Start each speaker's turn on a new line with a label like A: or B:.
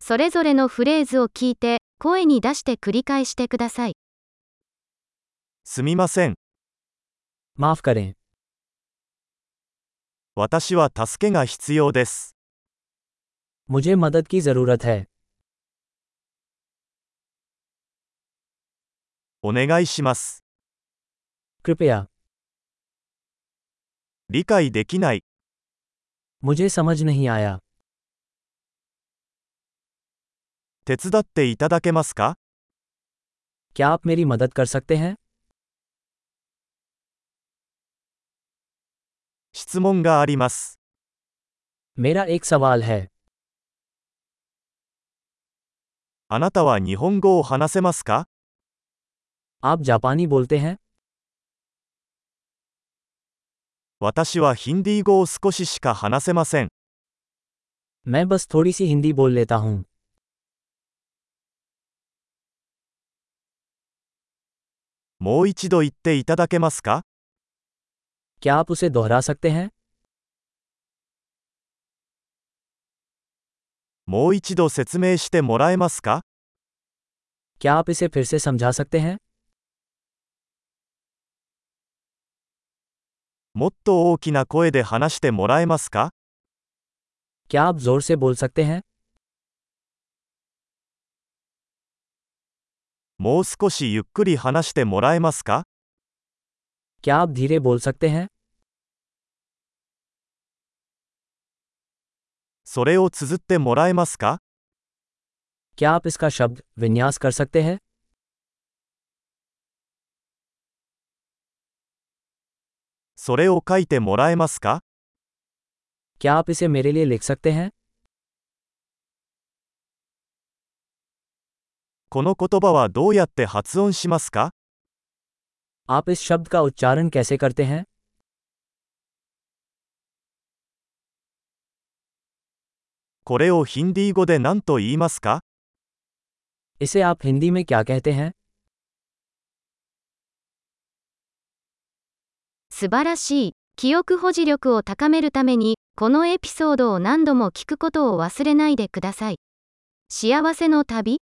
A: それぞれのフレーズを聞いて、声に出して繰り返してください。
B: すみません。
C: माफ करें
B: 私は助けが必要です。
C: मुझे मदद की जरूरत है
B: お願いします。
C: कृपया
B: 理解できない。
C: मुझे समझ नहीं आया
B: 手伝っていただけますか
C: क्या आप मेरी मदद कर सकते हैं
B: 質問があります。
C: मेरा एक सवाल है
B: あなたは日本語を話せますか
C: आप जापानी बोलते हैं
B: 私はヒンディー語を少ししか話せません。
C: मैं बस थोड़ी सी हिंदी बोल लेता हूँ
B: もう一度言っていただけますか
C: क्या आप उसे दोहरा सकते हैं
B: もう一度説明してもらえますか
C: क्या आप इसे फिर से समझा सकते हैं
B: もっと大きな声で話してもらえますか
C: क्या आप जोर से बोल सकते हैं
B: もう少しゆっくり話してもらえますか
C: क्या आप धीरे बोल सकते हैं
B: それを綴ってもらえますか
C: क्या आप इसका शब्द विन्यास कर सकते हैं
B: それを書いてもらえますか
C: क्या आप इसे मेरे लिए लिख सकते हैं
B: この言葉はどうやって発音しますか
C: आप इस शब्द का उच्चारण कैसे करते हैं
B: これをヒンディー語で何と言いますか
C: इसे आप हिंदी में क्या कहते हैं
A: 素晴らしい。記憶保持力を高めるために、このエピソードを何度も聞くことを忘れないでください。幸せの旅